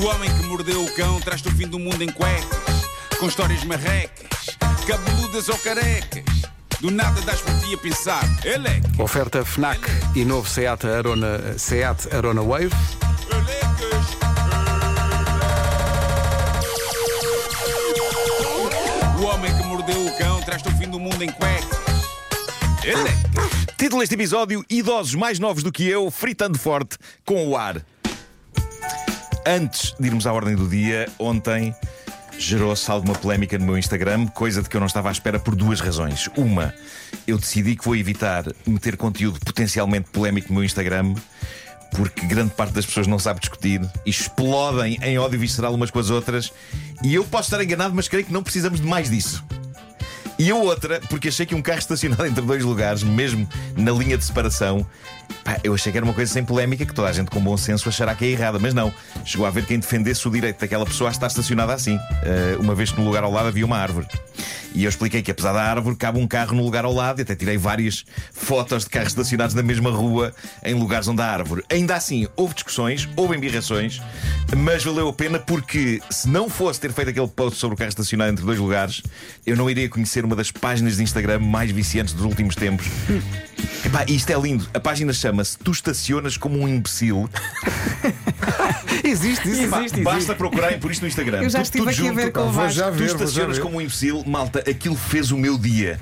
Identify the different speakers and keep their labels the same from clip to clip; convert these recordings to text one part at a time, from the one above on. Speaker 1: O homem que mordeu o cão traz-te o fim do mundo em cuecas, com histórias marrecas, cabeludas ou carecas. Do nada das por ti a pensar. Eleque,
Speaker 2: Oferta FNAC e novo Seat Arona, Seat Arona Wave.
Speaker 1: elecas. O homem que mordeu o cão traz-te o fim do mundo em cuecas. Elecas.
Speaker 3: Título deste episódio: Idosos mais novos do que eu, fritando forte com o ar. Antes de irmos à ordem do dia, ontem gerou-se alguma polémica no meu Instagram, coisa de que eu não estava à espera por duas razões. Uma, eu decidi que vou evitar meter conteúdo potencialmente polémico no meu Instagram. Porque grande parte das pessoas não sabe discutir, explodem em ódio visceral umas com as outras, e eu posso estar enganado, mas creio que não precisamos de mais disso. E a outra, porque achei que um carro estacionado entre dois lugares, mesmo na linha de separação, pá, eu achei que era uma coisa sem polémica, que toda a gente com bom senso achará que é errada, mas não. Chegou a haver quem defendesse o direito daquela pessoa a estar estacionada assim, eh, uma vez que no lugar ao lado havia uma árvore. E eu expliquei que apesar da árvore cabe um carro no lugar ao lado, e até tirei várias fotos de carros estacionados na mesma rua, em lugares onde há árvore. Ainda assim, houve discussões, houve embirrações, mas valeu a pena porque se não fosse ter feito aquele post sobre o carro estacionado entre dois lugares, eu não iria conhecer uma das páginas de Instagram mais viciantes dos últimos tempos. Epá, isto é lindo. A página chama-se Tu Estacionas como um Imbecil.
Speaker 2: Existe isso.
Speaker 3: Epá,
Speaker 4: Existe,
Speaker 3: Basta procurarem por isto no Instagram.
Speaker 4: Eu já
Speaker 3: Tu-
Speaker 4: estive
Speaker 3: tudo
Speaker 4: aqui a
Speaker 3: junto.
Speaker 4: ver com o
Speaker 2: Vou
Speaker 4: Vasco.
Speaker 2: já
Speaker 3: Tu
Speaker 2: ver, vou já
Speaker 3: estacionas
Speaker 2: ver.
Speaker 3: como um imbecil, malta, aquilo fez o meu dia.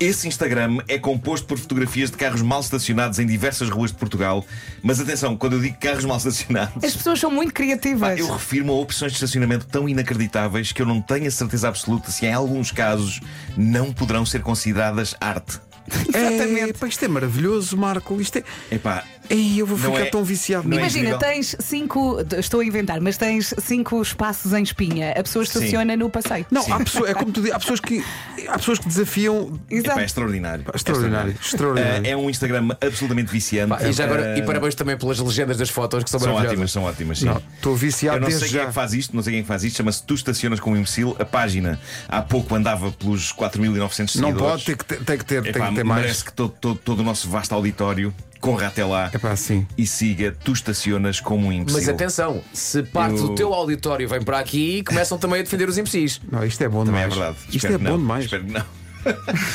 Speaker 3: Esse Instagram é composto por fotografias de carros mal estacionados em diversas ruas de Portugal. Mas atenção, quando eu digo carros mal estacionados.
Speaker 4: As pessoas são muito
Speaker 3: Pá,
Speaker 4: criativas.
Speaker 3: eu refiro-me a opções de estacionamento tão inacreditáveis que eu não tenho a certeza absoluta se, em alguns casos, não poderão ser consideradas arte.
Speaker 4: Exatamente.
Speaker 2: Epá, isto é maravilhoso, Marco. Isto é.
Speaker 3: Epá,
Speaker 2: Ei, eu vou
Speaker 3: Não
Speaker 2: ficar
Speaker 3: é-
Speaker 2: tão viciado
Speaker 3: não é
Speaker 2: nisto.
Speaker 4: Imagina,
Speaker 3: incrível.
Speaker 4: tens cinco, estou a inventar, mas tens cinco espaços em espinha. A pessoa estaciona no passeio.
Speaker 2: Não,
Speaker 3: Sim.
Speaker 2: há pessoas, é como tu dizes, há pessoas que há pessoas que desafiam.
Speaker 4: Exato.
Speaker 3: epá, é extraordinário.
Speaker 2: Extraordinário, extraordinário.
Speaker 3: Eh, é um Instagram absolutamente viciante.
Speaker 5: Pá, e, já agora, e
Speaker 3: Eh,
Speaker 5: parabéns também pelas legendas das fotos que são,
Speaker 3: São
Speaker 5: maravilhosas.
Speaker 3: ótimas, são ótimas, sim.
Speaker 2: Não, estou viciado
Speaker 3: é- Eu não sei
Speaker 2: desde
Speaker 3: quem é
Speaker 2: já.
Speaker 3: que faz isto, não sei quem é que faz isto, chama-se Tu Estacionas como Imbecil. A página há pouco andava pelos 4.900 seguidores.
Speaker 2: Não pode, tem que ter, tem que ter, tem
Speaker 3: Epá,
Speaker 2: que ter
Speaker 3: Merece
Speaker 2: mais.
Speaker 3: que todo, todo- todo o nosso vasto auditório corra até lá
Speaker 2: Epá, sim.
Speaker 3: e siga Tu Estacionas como um Imbecil.
Speaker 5: Mas atenção, se parte
Speaker 3: Eu-
Speaker 5: do teu auditório vem para aqui, começam também a defender os imbecis.
Speaker 2: Não, isto é bom
Speaker 3: Também
Speaker 2: demais.
Speaker 3: é verdade.
Speaker 2: Isto
Speaker 3: Espero
Speaker 2: é
Speaker 3: que
Speaker 2: bom
Speaker 3: não.
Speaker 2: demais.
Speaker 3: Espero que não.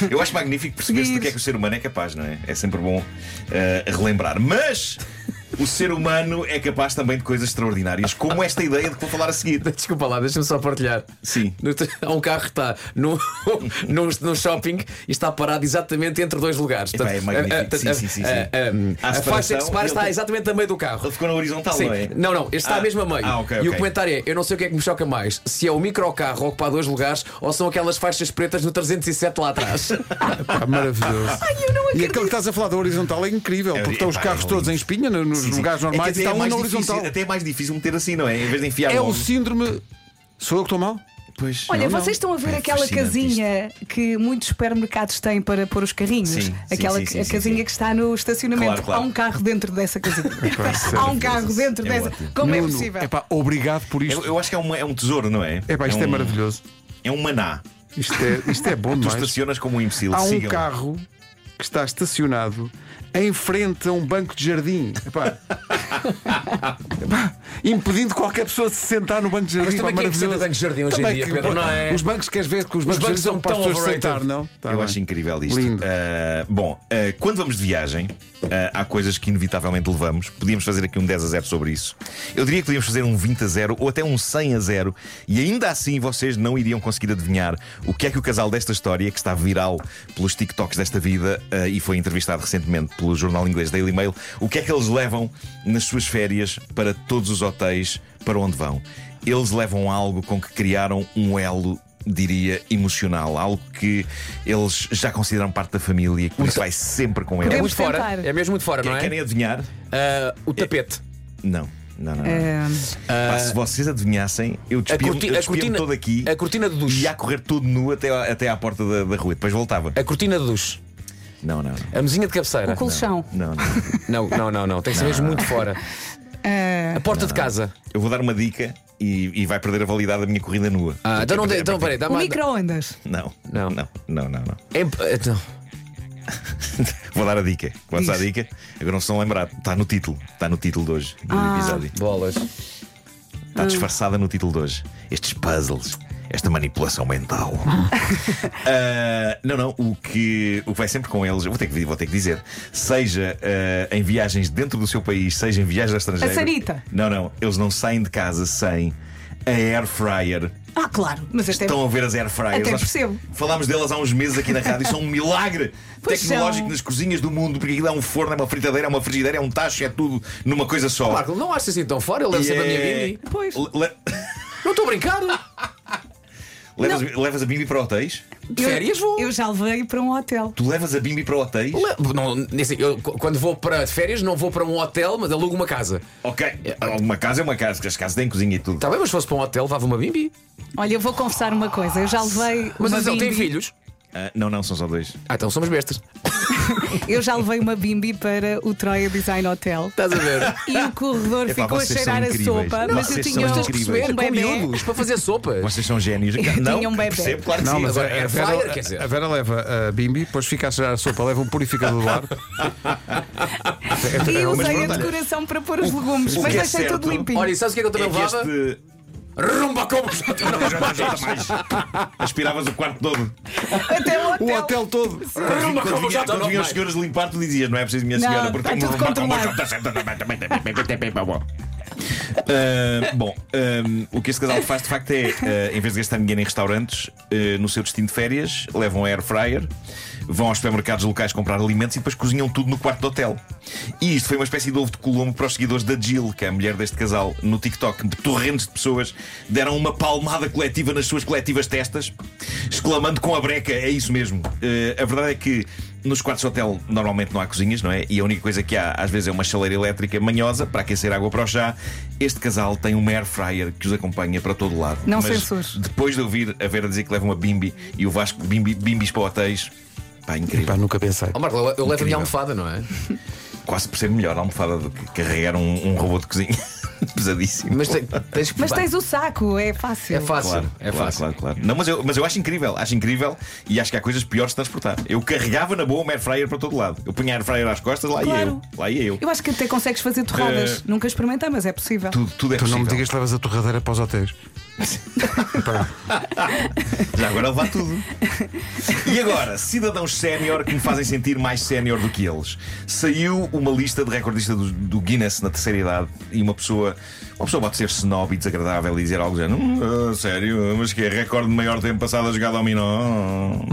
Speaker 3: Eu acho magnífico perceber-se do que é que o ser humano é capaz, não é? É sempre bom eh, relembrar. Mas o ser humano é capaz também de coisas extraordinárias, como esta ideia de que vou falar a seguir.
Speaker 5: Desculpa lá, deixa-me só partilhar.
Speaker 3: Sim.
Speaker 5: No- Há um carro que está num, num, num shopping e está parado exatamente entre dois lugares.
Speaker 3: Epá,
Speaker 2: Eh,
Speaker 3: é magnífico. Sim, sim, sim, sim.
Speaker 5: a- a-
Speaker 3: Há
Speaker 5: a
Speaker 3: separação
Speaker 5: faixa que separa
Speaker 3: e
Speaker 5: está
Speaker 3: ele-
Speaker 5: exatamente a meio do carro.
Speaker 3: Ele ficou na horizontal,
Speaker 5: Sim.
Speaker 3: não é?
Speaker 5: Não, não, este está
Speaker 3: Ah,
Speaker 5: mesmo a meio.
Speaker 3: ah, ok,
Speaker 5: E o
Speaker 3: ok.
Speaker 5: comentário é: eu não sei o que é que me choca mais, se é o microcarro a ocupar dois lugares ou são aquelas faixas pretas no 307 lá atrás. É
Speaker 2: Pá, maravilhoso. e aquele que estás a falar da horizontal é incrível,
Speaker 3: É,
Speaker 2: porque estão os
Speaker 3: pá,
Speaker 2: carros
Speaker 3: é
Speaker 2: todos em espinha no- nos
Speaker 3: Sim, sim.
Speaker 2: lugares
Speaker 3: É que
Speaker 2: normais
Speaker 3: até
Speaker 2: e está
Speaker 3: é
Speaker 2: um
Speaker 3: mais
Speaker 2: na
Speaker 3: difícil,
Speaker 2: horizontal.
Speaker 3: Até é mais difícil meter assim, não é? Em vez de enfiar
Speaker 2: É
Speaker 3: logo.
Speaker 2: o síndrome. Sou eu que estou mal?
Speaker 3: Pois.
Speaker 4: Olha, vocês estão a ver
Speaker 3: É
Speaker 4: aquela
Speaker 3: fascinante
Speaker 4: casinha que muitos supermercados têm para pôr os carrinhos?
Speaker 3: Sim, sim,
Speaker 4: aquela
Speaker 3: sim,
Speaker 4: que-
Speaker 3: sim,
Speaker 4: a
Speaker 3: sim,
Speaker 4: casinha
Speaker 3: sim.
Speaker 4: que está no estacionamento.
Speaker 3: Claro, claro.
Speaker 4: Há um carro dentro dessa casinha. Há um carro dentro
Speaker 3: É
Speaker 4: dessa.
Speaker 3: ótimo.
Speaker 4: Como é
Speaker 2: Nuno,
Speaker 4: possível?
Speaker 2: epá, obrigado por
Speaker 3: Eu,
Speaker 2: isto.
Speaker 3: eu acho que é um, é um tesouro, não é?
Speaker 2: Epá, isto é
Speaker 3: um-
Speaker 2: maravilhoso.
Speaker 3: É um maná.
Speaker 2: Isto é, isto é bom
Speaker 3: Tu
Speaker 2: demais.
Speaker 3: estacionas como um imbecil.
Speaker 2: Há um
Speaker 3: Sigam.
Speaker 2: carro que está estacionado em frente a um banco de jardim. Epá. Epá, Impedindo qualquer pessoa de se sentar no banco de jardim.
Speaker 5: Mas também
Speaker 2: Pá,
Speaker 5: quem é que se
Speaker 2: maravilhoso.
Speaker 5: senta no banco de jardim hoje em
Speaker 2: Também
Speaker 5: dia,
Speaker 2: que-
Speaker 5: Pedro, não é?
Speaker 2: Os bancos, queres ver que os bancos, de jardim
Speaker 5: bancos
Speaker 2: são
Speaker 5: são
Speaker 2: para as
Speaker 5: tão
Speaker 2: pessoas
Speaker 5: overrated.
Speaker 2: sentar, não? Tá
Speaker 3: Eu
Speaker 2: bem.
Speaker 3: acho incrível isto.
Speaker 2: Lindo.
Speaker 3: Ah, bom, ah, quando vamos de viagem, ah, há coisas que inevitavelmente levamos. Podíamos fazer aqui um 10 a 0 sobre isso. Eu diria que podíamos fazer um 20 a 0 ou até um 100 a 0. E ainda assim vocês não iriam conseguir adivinhar o que é que o casal desta história, que está viral pelos TikToks desta vida ah, e foi entrevistado recentemente pelo jornal inglês Daily Mail, o que é que eles levam nas suas férias para todos os hotéis para onde vão. Eles levam algo com que criaram um elo diria, emocional. Algo que eles já consideram parte da família, que vai sempre com
Speaker 5: É
Speaker 3: eles.
Speaker 4: Podemos
Speaker 5: muito fora.
Speaker 4: tentar.
Speaker 5: É mesmo muito fora, não é?
Speaker 3: Querem adivinhar?
Speaker 5: Ah, o tapete.
Speaker 3: Não. Não, não, não.
Speaker 4: Ah,
Speaker 3: Pá, se vocês adivinhassem, eu
Speaker 5: É. A,
Speaker 3: despia-me
Speaker 5: corti-
Speaker 3: eu
Speaker 5: a
Speaker 3: despia-me
Speaker 5: cortina,
Speaker 3: todo aqui
Speaker 5: a cortina de
Speaker 3: e
Speaker 5: duche.
Speaker 3: ia a correr todo nu até, à- até à porta da, da rua. Depois voltava.
Speaker 5: A cortina de duche.
Speaker 3: Não, não, não.
Speaker 5: A mesinha de cabeceira.
Speaker 4: o colchão.
Speaker 3: Não, não.
Speaker 5: Não, não, não, não. Tem que ser mesmo muito fora.
Speaker 4: Eh,
Speaker 5: A porta de casa.
Speaker 3: Eu vou dar uma dica e, e vai perder a validade da minha corrida nua.
Speaker 5: Ah, então não
Speaker 3: Porque-
Speaker 5: dei. Então peraí, dá
Speaker 4: O
Speaker 5: uma.
Speaker 4: micro-ondas.
Speaker 3: é Não, não,
Speaker 5: Não.
Speaker 3: não, não, não. não.
Speaker 5: Em- então,
Speaker 3: Vou dar a dica. Quanto à
Speaker 4: Diz.
Speaker 5: Ah.
Speaker 3: dica, agora não se vão lembrar. Está no título. Está no título de hoje, do episódio.
Speaker 5: bolas.
Speaker 3: está Tá
Speaker 4: Hum.
Speaker 3: disfarçada no título de hoje. Estes puzzles. Esta manipulação mental. Ah, não, não, o que, o que vai sempre com eles, eu vou ter que, vou ter que dizer, seja ah, em viagens dentro do seu país, seja em viagens ao estrangeiro.
Speaker 4: A Sarita.
Speaker 3: Não, não, eles não saem de casa sem a air fryer.
Speaker 4: Ah, claro, mas este é.
Speaker 3: Estão a ver as air fryers.
Speaker 4: Até
Speaker 3: Nós
Speaker 4: percebo.
Speaker 3: Falámos delas há uns meses aqui na rádio. São um milagre
Speaker 4: Pois
Speaker 3: tecnológico
Speaker 4: são.
Speaker 3: nas cozinhas do mundo, porque aquilo é um forno, é uma fritadeira, é uma frigideira, é um tacho, é tudo numa coisa só.
Speaker 5: Marco, não achas assim tão fora? Ele leva
Speaker 3: E
Speaker 5: sempre a minha
Speaker 3: é-
Speaker 5: Bimbi.
Speaker 4: Pois.
Speaker 3: Le- le-
Speaker 5: Não estou a brincar.
Speaker 3: Levas, levas a Bimbi para hotéis?
Speaker 5: De férias vou.
Speaker 4: Eu já levei para um hotel.
Speaker 3: Tu levas a Bimbi para hotéis?
Speaker 5: Le- Não, nem sei, eu, qu- quando vou para de férias, não vou para um hotel, mas alugo uma casa.
Speaker 3: Ok. Uma casa é uma casa, que as casas têm cozinha e tudo.
Speaker 5: Está bem, mas se fosse para um hotel, levava uma bimbi.
Speaker 4: Olha, eu vou confessar uma coisa. Eu já levei.
Speaker 5: Mas
Speaker 4: uma
Speaker 5: ele tem
Speaker 4: bimbi-
Speaker 5: filhos.
Speaker 3: Ah, não, não, são só dois.
Speaker 5: Ah, então somos bestas.
Speaker 4: Eu já levei uma bimbi para o Troia Design Hotel.
Speaker 5: Estás a ver?
Speaker 4: E o corredor
Speaker 3: Epá,
Speaker 4: ficou a
Speaker 3: vocês são
Speaker 4: cheirar a
Speaker 3: incríveis.
Speaker 4: sopa, mas eu
Speaker 3: Vocês
Speaker 4: tinha
Speaker 3: são
Speaker 4: um,
Speaker 3: incríveis.
Speaker 4: um
Speaker 5: É com
Speaker 4: bebê.
Speaker 5: miúdos para fazer sopas.
Speaker 3: Vocês são génios. não,
Speaker 4: tinha um bebé.
Speaker 3: percebo, claro que
Speaker 2: Não,
Speaker 3: sim.
Speaker 2: mas a,
Speaker 5: Agora,
Speaker 2: a
Speaker 5: air
Speaker 2: Vera,
Speaker 5: fryer, quer dizer.
Speaker 2: a Vera leva a bimbi, depois fica a cheirar a sopa, leva um purificador do ar.
Speaker 3: É
Speaker 4: E usei a
Speaker 3: pronto, olha,
Speaker 4: decoração para pôr os legumes,
Speaker 3: o
Speaker 4: mas
Speaker 3: que é
Speaker 4: deixei
Speaker 3: certo-
Speaker 4: tudo limpinho.
Speaker 5: Olha, e sabes o que é que eu também
Speaker 3: É que
Speaker 5: levava?
Speaker 3: este.
Speaker 5: Rumba como
Speaker 3: Não, já não jeito mais. Aspiravas o quarto todo.
Speaker 4: Até o hotel.
Speaker 2: O hotel todo.
Speaker 5: Rumba
Speaker 3: Quando
Speaker 5: como
Speaker 3: vinha- Quando
Speaker 5: jato
Speaker 3: vinham os
Speaker 5: normais.
Speaker 3: senhores limpar, tu dizias, não é preciso, minha
Speaker 4: Não,
Speaker 3: senhora, porque
Speaker 4: está
Speaker 3: tenho
Speaker 4: tudo
Speaker 3: uma- uma-
Speaker 4: controlado.
Speaker 3: uma- Ah, Bom, ah, o que este casal faz de facto é, ah, em vez de gastar dinheiro em restaurantes, ah, no seu destino de férias, levam a air fryer, vão aos supermercados locais comprar alimentos e depois cozinham tudo no quarto do hotel. E isto foi uma espécie de ovo de colombo para os seguidores da Jill, que é a mulher deste casal, no TikTok. Torrentes de pessoas deram uma palmada coletiva nas suas coletivas testas, exclamando com a breca: é isso mesmo. Eh, a verdade é que nos quartos de hotel normalmente não há cozinhas, não é? E a única coisa que há às vezes é uma chaleira elétrica manhosa para aquecer água para o chá. Este casal tem um air fryer que os acompanha para todo lado.
Speaker 4: Não
Speaker 3: Mas
Speaker 4: censures.
Speaker 3: Depois de ouvir a Vera dizer que leva uma bimbi e o Vasco bimbi, bimbis para hotéis, pá, incrível.
Speaker 2: Pá, nunca pensei.
Speaker 5: Ó, Marco, eu- eu levo a minha
Speaker 3: Incrível.
Speaker 5: almofada, não é?
Speaker 3: Quase percebo melhor a almofada do que carregar um, um robô de cozinha pesadíssimo.
Speaker 5: Mas te- tens que.
Speaker 4: Mas tens o saco, é fácil.
Speaker 5: É fácil.
Speaker 3: Claro,
Speaker 5: é
Speaker 3: claro,
Speaker 5: fácil.
Speaker 3: Claro, claro. Não, mas eu, mas eu acho incrível, acho incrível e acho que há coisas piores de transportar. Eu carregava na boa uma air fryer para todo lado. Eu punha a air fryer às costas, lá ia
Speaker 4: Claro.
Speaker 3: eu. Lá ia eu.
Speaker 4: Eu acho que até consegues fazer torradas.
Speaker 3: Eh,
Speaker 4: Nunca experimentei, mas é possível.
Speaker 3: Tudo, tudo é
Speaker 5: Então
Speaker 2: Tu não me
Speaker 3: possível.
Speaker 2: digas que levas a torradeira para os hotéis. Pá,
Speaker 3: Já agora levar tudo. E agora, cidadãos sénior que me fazem sentir mais sénior do que eles. Saiu uma lista de recordista do, do Guinness na terceira idade e uma pessoa. Uma pessoa pode ser snob e desagradável e dizer algo do género. "Hum, ah, sério, mas que é recorde de maior tempo passado a jogar dominó. não,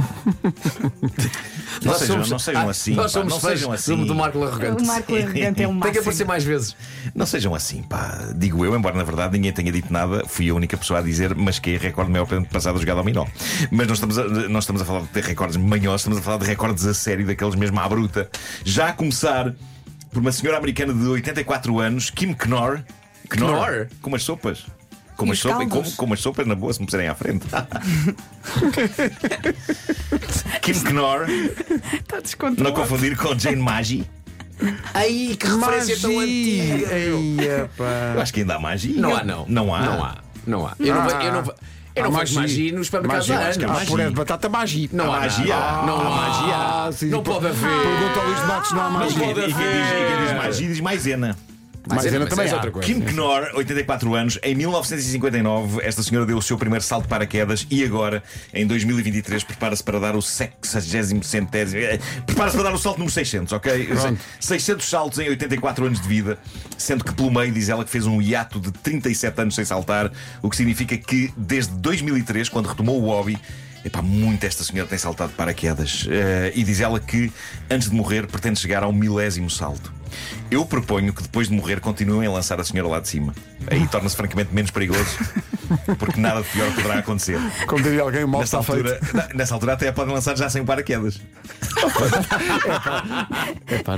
Speaker 5: Nós
Speaker 3: sejam,
Speaker 5: somos-
Speaker 3: não sejam
Speaker 5: Ah,
Speaker 3: assim,
Speaker 5: Nós
Speaker 3: pá,
Speaker 5: somos
Speaker 3: não sejam
Speaker 5: fãs
Speaker 3: assim.
Speaker 5: do- do Marco
Speaker 4: O
Speaker 5: Arrogante.
Speaker 4: Marco Arrogante é o máximo.
Speaker 5: Tem que aparecer mais vezes.
Speaker 3: Não sejam assim, pá. Digo eu, embora na verdade ninguém tenha dito nada, fui a única pessoa a dizer, mas que é recorde maior tempo passado jogado ao Minó. Mas não estamos, a, não estamos a falar de recordes manhosos, estamos a falar de recordes a sério, daqueles mesmo à bruta. Já a começar por uma senhora americana de 84 anos, Kim Knorr.
Speaker 5: Knorr?
Speaker 3: Com umas sopas. Com
Speaker 4: E
Speaker 3: umas,
Speaker 4: os
Speaker 3: sopas, com,
Speaker 4: caldos?
Speaker 3: com umas sopas na boa, se me puserem à frente. Kim Knorr,
Speaker 4: Está
Speaker 3: não
Speaker 4: descontrolado.
Speaker 3: confundir com Jane Maggi.
Speaker 5: Ai, que referência tão antiga.
Speaker 2: Eia, pá.
Speaker 3: Eu acho que ainda há Maggi.
Speaker 5: Não há, não.
Speaker 3: Não há.
Speaker 5: Não há. Não há. Eu não vejo- eu não ve- eu não
Speaker 2: Há
Speaker 5: vejo
Speaker 2: magia.
Speaker 5: magia nos supermercados
Speaker 3: Magia,
Speaker 5: há
Speaker 3: acho que há
Speaker 5: anos.
Speaker 2: Há puré de Ah, é batata magia.
Speaker 5: Não há
Speaker 3: magia.
Speaker 5: nada. Não há
Speaker 2: Ah, sim,
Speaker 5: Não
Speaker 2: per-
Speaker 5: pode haver.
Speaker 2: Pergunta ao Luís de Matos, não há
Speaker 3: E quem,
Speaker 2: magia.
Speaker 5: pode-
Speaker 3: diz, e quem diz- e quem diz magia diz maisena.
Speaker 2: Mas ainda
Speaker 5: Mas
Speaker 2: também
Speaker 5: essa é
Speaker 2: há.
Speaker 5: outra coisa.
Speaker 3: Kim Knorr, 84 anos, em 1959, esta senhora deu o seu primeiro salto de paraquedas e agora, em 2023, prepara-se para dar o 60 centésimo. eh, Prepara-se para dar o salto número 600, ok?
Speaker 2: Pronto.
Speaker 3: 600 saltos em 84 anos de vida, sendo que pelo meio diz ela que fez um hiato de 37 anos sem saltar, o que significa que desde 2003, quando retomou o hobby, Epá, muito esta senhora tem saltado de paraquedas. Eh, e diz ela que, antes de morrer, pretende chegar ao milésimo salto. Eu proponho que depois de morrer continuem a lançar a senhora lá de cima. Aí torna-se francamente menos perigoso, porque nada de pior poderá acontecer.
Speaker 2: Como diria alguém, o mal
Speaker 3: Nessa
Speaker 2: está feito.
Speaker 3: altura, na- nessa altura até a podem lançar já sem o paraquedas.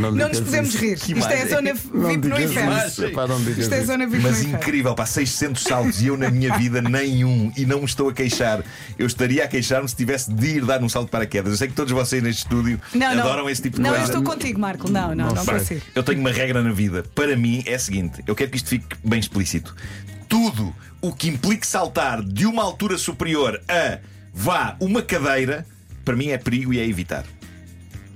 Speaker 4: Não nos podemos rir. Isto é a
Speaker 3: imagem.
Speaker 4: zona VIP no inferno.
Speaker 3: isso.
Speaker 2: Epá, não digas
Speaker 4: Isto é a
Speaker 2: isso.
Speaker 4: zona VIP no
Speaker 3: Mas
Speaker 4: inferno.
Speaker 3: incrível, pá, 600 saltos e eu na minha vida nenhum. E não me estou a queixar. Eu estaria a queixar-me se tivesse de ir dar um salto de paraquedas. Eu sei que todos vocês neste estúdio
Speaker 4: Não, não.
Speaker 3: adoram esse tipo de
Speaker 4: não,
Speaker 3: coisa.
Speaker 4: eu estou contigo, Marco. Não, não, não,
Speaker 3: Repara,
Speaker 4: consigo.
Speaker 3: Eu tenho uma regra na vida. Para mim é a seguinte: eu quero que isto fique bem explícito. Tudo o que implique saltar de uma altura superior a vá uma cadeira, para mim é perigo e é evitar.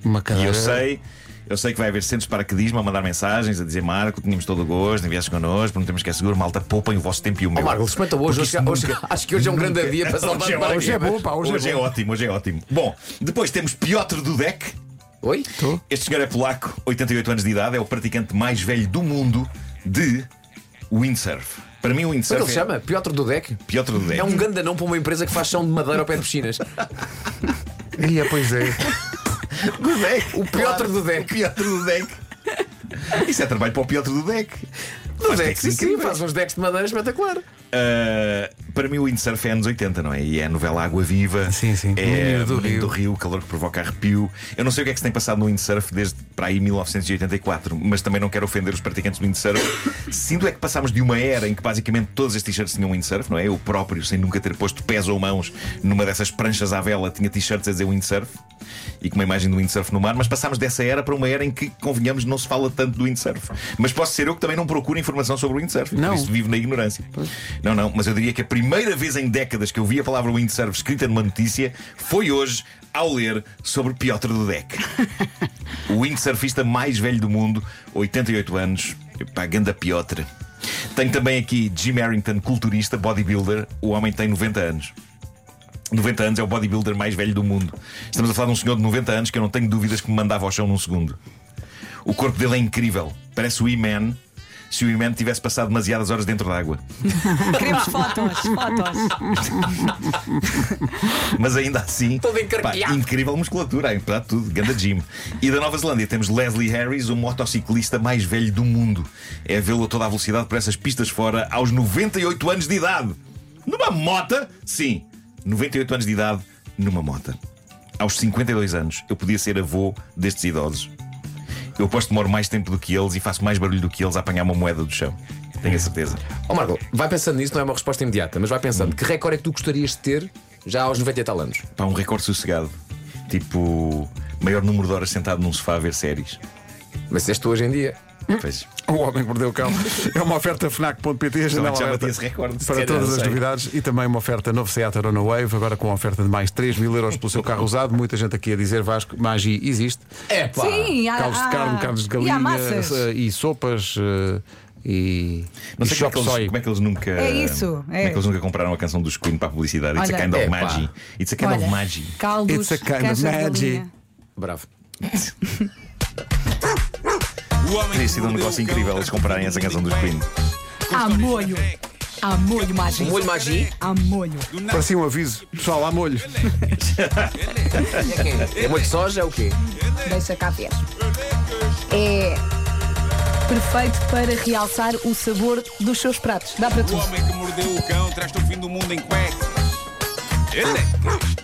Speaker 2: Uma
Speaker 3: E
Speaker 2: cadeira.
Speaker 3: eu sei. Eu sei que vai haver centros de paraquedismo a mandar mensagens, a dizer Marco, tínhamos todo o gosto, enviaste connosco, prometemos que é seguro, malta, poupem o vosso
Speaker 2: Oh,
Speaker 3: tempo e o meu.
Speaker 5: Ó Marco, espanta hoje,
Speaker 3: Porque
Speaker 5: hoje,
Speaker 3: isso
Speaker 5: hoje- acho que hoje é um grande dia para salvar
Speaker 3: Hoje é,
Speaker 5: o
Speaker 2: Hoje é bom, pá, hoje,
Speaker 3: hoje
Speaker 2: é
Speaker 3: é
Speaker 2: bom.
Speaker 3: ótimo, hoje é ótimo. Bom, depois temos Piotr Dudek.
Speaker 5: Oi?
Speaker 3: Este senhor é polaco, 88 anos de idade, é o praticante mais velho do mundo de windsurf. Para mim, o
Speaker 5: Como é que
Speaker 3: windsurf
Speaker 5: ele se chama? Piotr Dudek?
Speaker 3: é Piotr Dudek.
Speaker 5: É um grande anão para uma empresa que faz chão de madeira ao pé de piscinas.
Speaker 2: Ia, pois é.
Speaker 3: Dudek.
Speaker 5: O Piotr Dudek.
Speaker 3: Piotr Dudek. Isso é trabalho para o Piotr Dudek.
Speaker 5: Dudek, sim, sim,
Speaker 3: incríveis.
Speaker 5: faz uns decks de madeira espetacular.
Speaker 3: Uh, para mim, o windsurf é anos 80, não é? E é a novela Água Viva.
Speaker 2: Sim, sim.
Speaker 3: É
Speaker 2: Menino do
Speaker 3: do,
Speaker 2: Rio.
Speaker 3: do Rio, calor que provoca arrepio. Eu não sei o que é que se tem passado no windsurf desde para aí 1984, mas também não quero ofender os praticantes do windsurf. Sinto é que passámos de uma era em que basicamente todas as t-shirts tinham windsurf, não é? Eu próprio, sem nunca ter posto pés ou mãos numa dessas pranchas à vela, tinha t-shirts a dizer windsurf e com uma imagem do windsurf no mar, mas passámos dessa era para uma era em que, convenhamos, não se fala tanto do windsurf. Mas posso ser eu que também não procuro informação sobre o windsurf.
Speaker 2: Não.
Speaker 3: Por isso vivo na ignorância. Não, não, mas eu diria que a primeira vez em décadas que eu vi a palavra windsurf escrita numa notícia foi hoje ao ler sobre Piotr Dudek. o windsurfista mais velho do mundo, 88 anos, pá, ganda Piotr. Tenho também aqui Jim Harrington, culturista, bodybuilder, o homem tem 90 anos. 90 anos é o bodybuilder mais velho do mundo. Estamos a falar de um senhor de 90 anos que eu não tenho dúvidas que me mandava ao chão num segundo. O corpo dele é incrível. Parece o E-Man se o E-Man tivesse passado demasiadas horas dentro da água.
Speaker 4: Queremos fotos, fotos.
Speaker 3: Mas ainda assim,
Speaker 5: Todo encarquilhado.
Speaker 3: incrível musculatura, apesar de tudo, ganda Jim. E da Nova Zelândia temos Leslie Harris, o motociclista mais velho do mundo. É vê-lo a toda a velocidade por essas pistas fora aos 98 anos de idade. Numa mota? Sim, 98 anos de idade numa mota. Aos 52 anos, eu podia ser avô destes idosos. Eu aposto que demoro mais tempo do que eles e faço mais barulho do que eles a apanhar uma moeda do chão. Tenho a certeza.
Speaker 5: Ó Oh, Marco, vai pensando nisso, não é uma resposta imediata, mas vai pensando que recorde é que tu gostarias de ter já aos 90 e tal anos?
Speaker 3: Pá, um recorde sossegado. Tipo, maior número de horas sentado num sofá a ver séries.
Speaker 5: Mas se és tu hoje em dia.
Speaker 3: Pois.
Speaker 2: O Homem que Mordeu o Cão é uma oferta FNAC.pt, janela
Speaker 3: já
Speaker 2: aberta
Speaker 3: bati esse recorde.
Speaker 2: para
Speaker 5: calhar,
Speaker 2: todas
Speaker 5: não
Speaker 2: as
Speaker 5: sei.
Speaker 2: novidades e também uma oferta novo Seat Arona Wave, agora com uma oferta de mais 3 mil euros pelo seu carro usado. Muita gente aqui a dizer Vasco, Magi existe.
Speaker 5: É pá!
Speaker 4: Sim, há,
Speaker 2: Caldos de
Speaker 4: há-
Speaker 2: carne, carnes de
Speaker 4: E há
Speaker 2: galinha
Speaker 4: massas.
Speaker 2: eh, e sopas eh, e,
Speaker 3: Não
Speaker 2: e
Speaker 3: sei como é, que
Speaker 2: chop
Speaker 3: eles,
Speaker 2: soy.
Speaker 3: como é que eles nunca.
Speaker 4: É isso, é.
Speaker 3: Como é que eles nunca compraram a canção dos Queen para a publicidade? It's a
Speaker 4: Olha.
Speaker 3: kind of
Speaker 5: É, pá.
Speaker 3: magic. It's a kind
Speaker 4: Olha,
Speaker 3: of magic.
Speaker 4: Caldos,
Speaker 2: It's a kind of
Speaker 4: caixas de
Speaker 2: magic.
Speaker 4: galinha.
Speaker 5: Bravo.
Speaker 1: O homem
Speaker 3: Teria sido um negócio incrível eles comprarem essa canção dos Queen.
Speaker 4: Há molho, há molho mágico.
Speaker 5: Molho magi.
Speaker 4: Há molho.
Speaker 2: Parecia um aviso, pessoal, há molho.
Speaker 5: É molho de soja, é o quê?
Speaker 6: Deixa cá ver. É
Speaker 4: Perfeito para realçar o sabor dos seus pratos. Dá para
Speaker 1: O
Speaker 4: tudo.
Speaker 1: homem que mordeu o cão traz-te o fim do mundo em cuecas. Elecas,